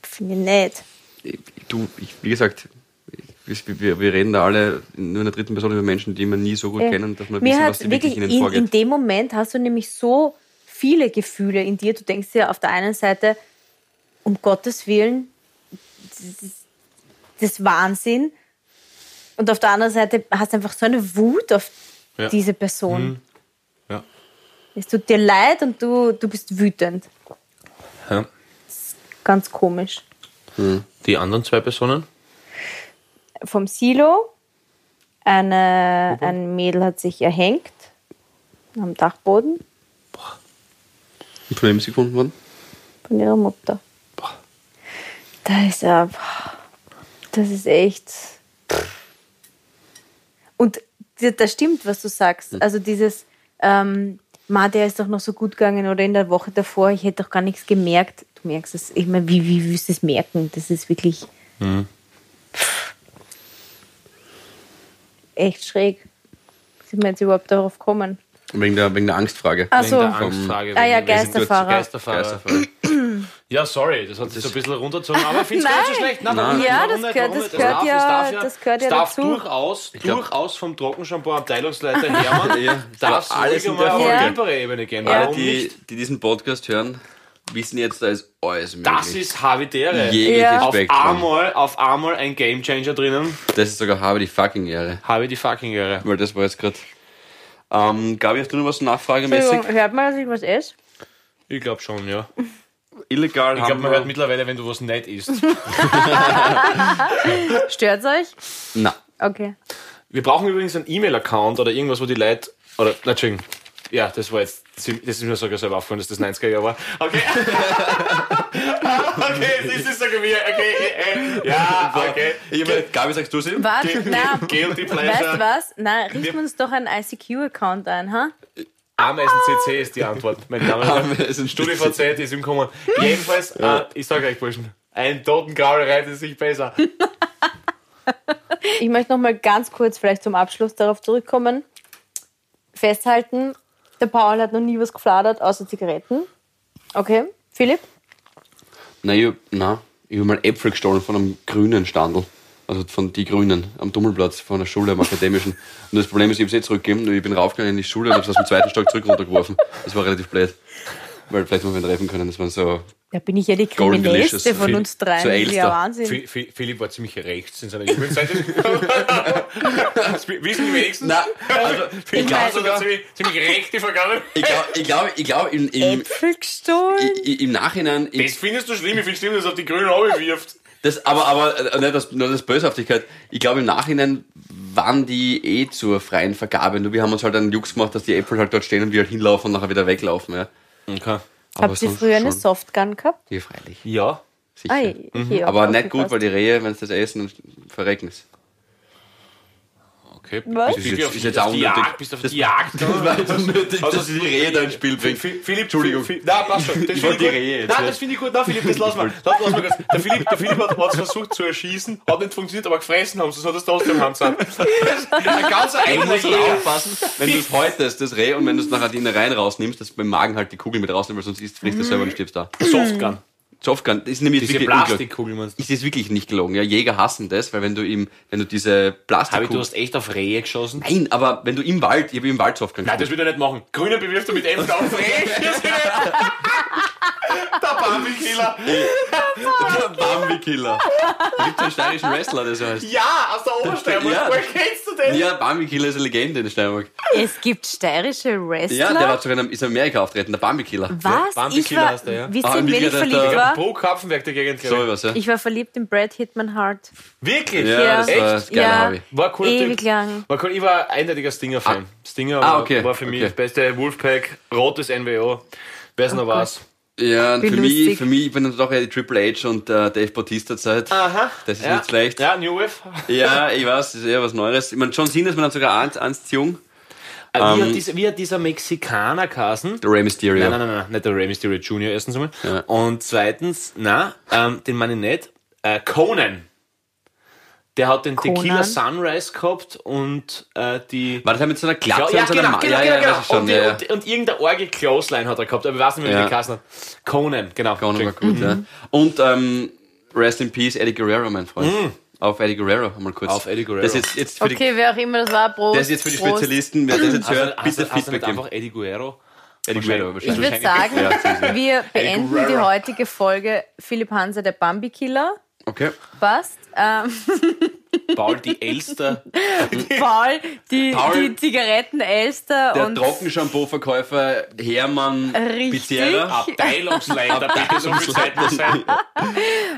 Speaker 2: finde ich nett.
Speaker 3: Du, ich, wie gesagt, ich, wir, wir reden da alle nur in der dritten Person über Menschen, die man nie so gut kennen, dass man
Speaker 2: Äh, Mir
Speaker 3: wissen,
Speaker 2: hat
Speaker 3: was die wirklich
Speaker 2: in,
Speaker 3: ihnen vorgeht.
Speaker 2: in dem Moment hast du nämlich so viele Gefühle in dir. Du denkst dir auf der einen Seite, um Gottes Willen, das ist das ist Wahnsinn. Und auf der anderen Seite hast du einfach so eine Wut auf
Speaker 4: Ja.
Speaker 2: diese Person.
Speaker 3: Mhm.
Speaker 4: Ja.
Speaker 2: Es tut dir leid und du, du bist wütend.
Speaker 4: Ja.
Speaker 2: Ganz komisch.
Speaker 4: Die anderen zwei Personen?
Speaker 2: Vom Silo, eine, ein Mädel hat sich erhängt am Dachboden
Speaker 3: Von wem ist sie gefunden worden?
Speaker 2: von ihrer Mutter. Da ist er. boah, Das ist echt. Und d- das stimmt, was du sagst. Also dieses, ähm, Ma, der ist doch noch so gut gegangen oder in der Woche davor, ich hätte doch gar nichts gemerkt. Du merkst es, ich meine, wie, wie willst du es merken? Das ist wirklich Pff. echt schräg. Sind wir jetzt überhaupt darauf gekommen?
Speaker 3: Wegen der, wegen der Angstfrage.
Speaker 2: Ach
Speaker 4: Wegen
Speaker 2: so.
Speaker 4: der Angstfrage.
Speaker 2: Ah ja,
Speaker 4: wegen- wir sind dort-
Speaker 2: Geisterfahrer.
Speaker 4: Geisterfahrer. Ja, sorry, das hat sich so ein bisschen runtergezogen, aber ich finde es gar nicht
Speaker 2: <laughs>
Speaker 4: so
Speaker 2: Nein.
Speaker 4: schlecht. Nein,
Speaker 2: Nein.
Speaker 4: warum
Speaker 2: Ja,
Speaker 4: warum
Speaker 2: das
Speaker 4: nicht,
Speaker 2: gehört-
Speaker 4: warum
Speaker 2: das
Speaker 4: nicht? darf-
Speaker 2: gehört ja-
Speaker 4: darf
Speaker 2: das gehört ja
Speaker 4: es darf
Speaker 2: dazu.
Speaker 4: durchaus,
Speaker 3: glaub-
Speaker 4: durchaus vom Trockenshampoo-Abteilungsleiter Hermann
Speaker 3: Ja.
Speaker 4: darf
Speaker 3: Alles
Speaker 4: es alles
Speaker 3: in
Speaker 4: mal
Speaker 3: der
Speaker 4: auf
Speaker 2: Folge.
Speaker 4: eine tiefere Ebene gehen.
Speaker 2: Ja.
Speaker 4: Warum
Speaker 3: die,
Speaker 4: nicht?
Speaker 3: die diesen Podcast hören, wissen jetzt, da ist alles möglich.
Speaker 4: Das ist Havidere.
Speaker 3: jegliches
Speaker 2: Ja.
Speaker 4: Auf
Speaker 3: Spektrum.
Speaker 4: einmal, auf einmal ein Gamechanger drinnen.
Speaker 3: Das ist sogar habe die fucking Ehre.
Speaker 4: Habe die fucking Ehre.
Speaker 3: Weil das war jetzt gerade. Ähm, Gabi, hast du noch was nachfragemäßig?
Speaker 2: Entschuldigung, hört man, dass ich was esse?
Speaker 4: Ich glaube schon, ja.
Speaker 3: Illegal
Speaker 4: Ich glaube, man hört mittlerweile, wenn du was nicht isst.
Speaker 2: Stört's euch?
Speaker 3: Na,
Speaker 2: Okay.
Speaker 4: Wir brauchen übrigens einen E-Mail-Account oder irgendwas, wo die Leute. Oder, na, Entschuldigung. Ja, das war jetzt. ziem- Das ist mir sogar selber aufgefallen, dass das 90er Jahr war. Okay. <laughs> okay, das ist sogar mir. Okay, äh, äh, ja, okay.
Speaker 3: ich meine, Gabi, sagst du sie? <laughs>
Speaker 2: Warte, na,
Speaker 4: Guilty
Speaker 2: Weißt du
Speaker 4: Pleasure.
Speaker 2: was? Nein, richten wir uns doch einen ICQ-Account ein, ha?
Speaker 4: Ameisen CC ist die Antwort. Mein Name
Speaker 3: Ameisen-
Speaker 4: StudiVZ ist im Kommen. Jedenfalls, äh, ich sag euch, Burschen, ein Totengaul reitet sich besser.
Speaker 2: Ich möchte noch mal ganz kurz vielleicht zum Abschluss darauf zurückkommen. Festhalten, der Paul hat noch nie was gefladert, außer Zigaretten. Okay, Philipp?
Speaker 3: Na, ich, na, Ich habe mal Äpfel gestohlen von einem grünen Standel. Also von die Grünen am Dummelplatz von der Schule, am <laughs> akademischen. Und das Problem ist, ich habe es nicht zurückgegeben. nur Ich bin raufgegangen in die Schule und habe es aus dem zweiten Stock zurück runtergeworfen. Das war relativ blöd. Weil vielleicht mal wen treffen können. Das waren so.
Speaker 2: Da bin ich ja die
Speaker 3: Golden
Speaker 2: Kriminellste
Speaker 3: Delicious.
Speaker 2: von
Speaker 3: Viel-
Speaker 2: uns dreien.
Speaker 3: zu
Speaker 2: Das ist ja
Speaker 3: Elster.
Speaker 2: Wahnsinn.
Speaker 4: Fi- Fi- Philipp war ziemlich rechts in seiner Jugendzeit.
Speaker 2: <laughs>
Speaker 4: Das wi- <laughs> wissen die wenigsten.
Speaker 3: also,
Speaker 4: Philipp war
Speaker 2: meine-
Speaker 4: sogar ziemlich, ziemlich recht die Vergangenheit.
Speaker 3: ich glaube, ich glaube, ich glaub, im, im,
Speaker 2: Äpfel gestohlen.
Speaker 3: i- im Nachhinein. im-
Speaker 4: Das findest du schlimm, ich finde schlimm, dass auf die Grünen Augen wirft.
Speaker 3: Das, aber, aber, äh, nicht das, nur das Böshaftigkeit. Ich glaube, im Nachhinein waren die eh zur freien Vergabe. Nur wir haben uns halt einen Jux gemacht, dass die Äpfel halt dort stehen und wir halt hinlaufen und nachher wieder weglaufen, ja.
Speaker 4: Okay.
Speaker 3: Aber
Speaker 2: Habt ihr
Speaker 3: sonst
Speaker 2: früher eine
Speaker 3: schon.
Speaker 2: Softgun gehabt? Ah,
Speaker 3: Ja, freilich.
Speaker 4: Ja.
Speaker 3: Sicher.
Speaker 2: hier
Speaker 3: aber
Speaker 2: auch
Speaker 3: nicht gut,
Speaker 2: aufgepasst.
Speaker 3: weil die Rehe, wenn sie das essen, dann verrecken es.
Speaker 4: Okay.
Speaker 2: Was?
Speaker 4: Bist
Speaker 3: Ist
Speaker 4: du
Speaker 3: jetzt-
Speaker 4: auf,
Speaker 3: ist jetzt
Speaker 4: auf
Speaker 3: auch
Speaker 4: die
Speaker 3: unnötig.
Speaker 4: Jagd? Bist du auf
Speaker 3: Das-
Speaker 4: die Jagd?
Speaker 3: unnötig,
Speaker 4: Also,
Speaker 3: dass
Speaker 4: sie-
Speaker 3: die Rehe da ins Spiel bringt.
Speaker 4: Philipp,
Speaker 3: Entschuldigung.
Speaker 4: Philipp, Philipp- nein, passt schon. Den
Speaker 3: Ich wollte die
Speaker 4: Philipp-
Speaker 3: Rehe jetzt,
Speaker 4: Nein,
Speaker 3: ja.
Speaker 4: das finde ich gut. Nein, Philipp, das lassen wir. Das lassen wir ganz. Der Philipp, der Philipp hat es versucht zu erschießen, hat nicht funktioniert, aber gefressen haben, sonst hat er es trotzdem
Speaker 3: <laughs>
Speaker 4: haben gesagt. Ein ganz
Speaker 3: Du
Speaker 4: eigenes
Speaker 3: musst halt
Speaker 4: Leben.
Speaker 3: aufpassen, wenn du es häutest, das Reh, und wenn du es nachher die Innereien rausnimmst, dass du beim Magen halt die Kugel mit rausnimmst, weil sonst isst- frisst
Speaker 2: Mhm.
Speaker 3: du selber und stirbst da.
Speaker 4: Softgun.
Speaker 3: Softgun ist nämlich
Speaker 4: Diese
Speaker 3: wirklich unglaublich.
Speaker 4: Plastikkugel, meinst du?
Speaker 3: ist es wirklich nicht gelogen. Ja, Jäger hassen das, weil wenn du ihm, wenn du diese
Speaker 4: Habe ich, du
Speaker 3: Plastikkugel...
Speaker 4: hast echt auf Rehe geschossen?
Speaker 3: Nein, aber wenn du im Wald, ich habe im Wald Softgun
Speaker 4: Nein, das
Speaker 3: gespielt.
Speaker 4: will er nicht machen. Grüner bewirft er mit Äpfel auf
Speaker 3: <laughs>
Speaker 4: Rehe. schießt ihn nicht. Der Barbie-Killer.
Speaker 3: Der <laughs> Bambi-Killer. Gibt einen steirischen Wrestler, der so heißt.
Speaker 4: Ja, aus der Obersteiermark.
Speaker 3: Ja.
Speaker 4: Woher kennst du den?
Speaker 3: Ja, Bambi-Killer ist eine Legende in Steiermark.
Speaker 2: Es gibt steirische Wrestler.
Speaker 3: Ja, der war sogar in ist in Amerika auftreten, der Bambi-Killer.
Speaker 2: Was?
Speaker 4: Bambi
Speaker 2: ich
Speaker 4: Killer
Speaker 2: war,
Speaker 4: heißt der, ja.
Speaker 2: wisst ihr, in
Speaker 3: Bambi
Speaker 2: wen ich
Speaker 3: Killer,
Speaker 2: verliebt
Speaker 3: Ah, der-
Speaker 2: war?
Speaker 4: Pro Kapfenwerk der Gegend,
Speaker 3: So
Speaker 4: glaube
Speaker 3: was, ja.
Speaker 2: Ich war verliebt in Brad Hitman Hart.
Speaker 4: ich. Wirklich?
Speaker 3: Ja,
Speaker 2: Ja.
Speaker 3: das war das
Speaker 4: Echt?
Speaker 3: geile
Speaker 2: Ja.
Speaker 3: Hobby.
Speaker 4: War ein cooler
Speaker 2: Ewig
Speaker 4: typ.
Speaker 2: lang.
Speaker 4: War cool. Ich war ein eindeutiger Stinger-Fan. Stinger
Speaker 3: Ah,
Speaker 4: war-
Speaker 3: okay.
Speaker 4: war für mich
Speaker 3: Okay.
Speaker 4: das beste Wolfpack, rotes NWO. Wer
Speaker 2: Oh
Speaker 4: es noch was?
Speaker 3: Ja, und
Speaker 2: Wie
Speaker 3: für mich,
Speaker 2: lustig.
Speaker 3: für mich, ich bin dann doch eher die Triple H und äh, Dave Bautista-Zeit.
Speaker 4: Aha.
Speaker 3: Das ist
Speaker 4: ja.
Speaker 3: nicht schlecht. Ja.
Speaker 4: Ja, New Wave.
Speaker 3: ich weiß, das ist eher was Neues. Ich meine, John Cena ist mir dann sogar eins, eins zu jung. Ähm.
Speaker 4: Wie, hat dieser, wie hat dieser Mexikaner Kassen?
Speaker 3: Der Rey Mysterio.
Speaker 4: Nein, nein, nein, nein, nicht der Rey Mysterio Jr. erstens einmal. Und zweitens, na, ähm, den meine ich nicht, äh, Conan. Der hat den
Speaker 2: Conan?
Speaker 4: Tequila Sunrise gehabt und äh, die...
Speaker 3: War das halt mit so einer
Speaker 4: Ja,
Speaker 3: Glatze
Speaker 4: ja,
Speaker 3: und so einer
Speaker 4: genau,
Speaker 3: Ma-
Speaker 4: genau,
Speaker 3: ja,
Speaker 4: genau,
Speaker 3: ja,
Speaker 4: genau.
Speaker 3: weiß ich schon,
Speaker 4: und, die,
Speaker 3: ja, ja.
Speaker 4: Und, und irgendeine orgel Clothesline hat er gehabt, aber ich weiß nicht, wie
Speaker 3: Ja.
Speaker 4: die Kassen hat. Conan, genau.
Speaker 3: Conan war gut,
Speaker 2: Mhm.
Speaker 3: ja. Und ähm, Rest in Peace, Eddie Guerrero, mein Freund. Auf Eddie Guerrero, mal kurz.
Speaker 4: Mhm. Auf Eddie Guerrero.
Speaker 3: Das ist jetzt für die,
Speaker 2: Okay, wer auch immer das war, Prost.
Speaker 3: das ist jetzt für die
Speaker 2: Prost.
Speaker 3: Spezialisten, wer das jetzt
Speaker 4: Also,
Speaker 3: hört, bitte
Speaker 4: hast, hast du
Speaker 3: Feedback
Speaker 4: nicht
Speaker 3: geben.
Speaker 4: einfach Eddie Guerrero.
Speaker 3: Eddie Guerrero
Speaker 4: Ich
Speaker 2: Ich
Speaker 3: wahrscheinlich.
Speaker 2: würde sagen,
Speaker 3: Ja, das
Speaker 2: <laughs>
Speaker 3: ist-
Speaker 2: wir beenden die heutige Folge. Philipp Hanser, der Bambi-Killer.
Speaker 3: Okay.
Speaker 2: Passt.
Speaker 3: <laughs>
Speaker 2: Ähm,
Speaker 4: Paul,
Speaker 2: <laughs>
Speaker 4: die Elster.
Speaker 2: Paul, die,
Speaker 3: Paul,
Speaker 2: die Zigaretten-Elster
Speaker 3: Der
Speaker 2: und
Speaker 3: Trockenshampoo-Verkäufer Hermann
Speaker 2: Richtig.
Speaker 3: Pizzerra.
Speaker 4: Abteilungsleiter, bitte so viel Zeit muss sein.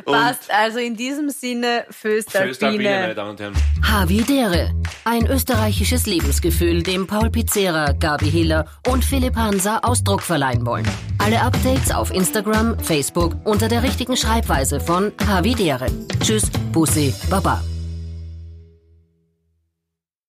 Speaker 2: passt. Also in diesem Sinne,
Speaker 4: Föstalpine, meine
Speaker 2: Föstalpine.
Speaker 4: Damen und Herren.
Speaker 1: Havidere. Ein österreichisches Lebensgefühl, dem Paul Pizzera, Gabi Hiller und Philipp Hansa Ausdruck verleihen wollen. Alle Updates auf Instagram, Facebook unter der richtigen Schreibweise von Havidere. Tschüss, Bussi, Baba.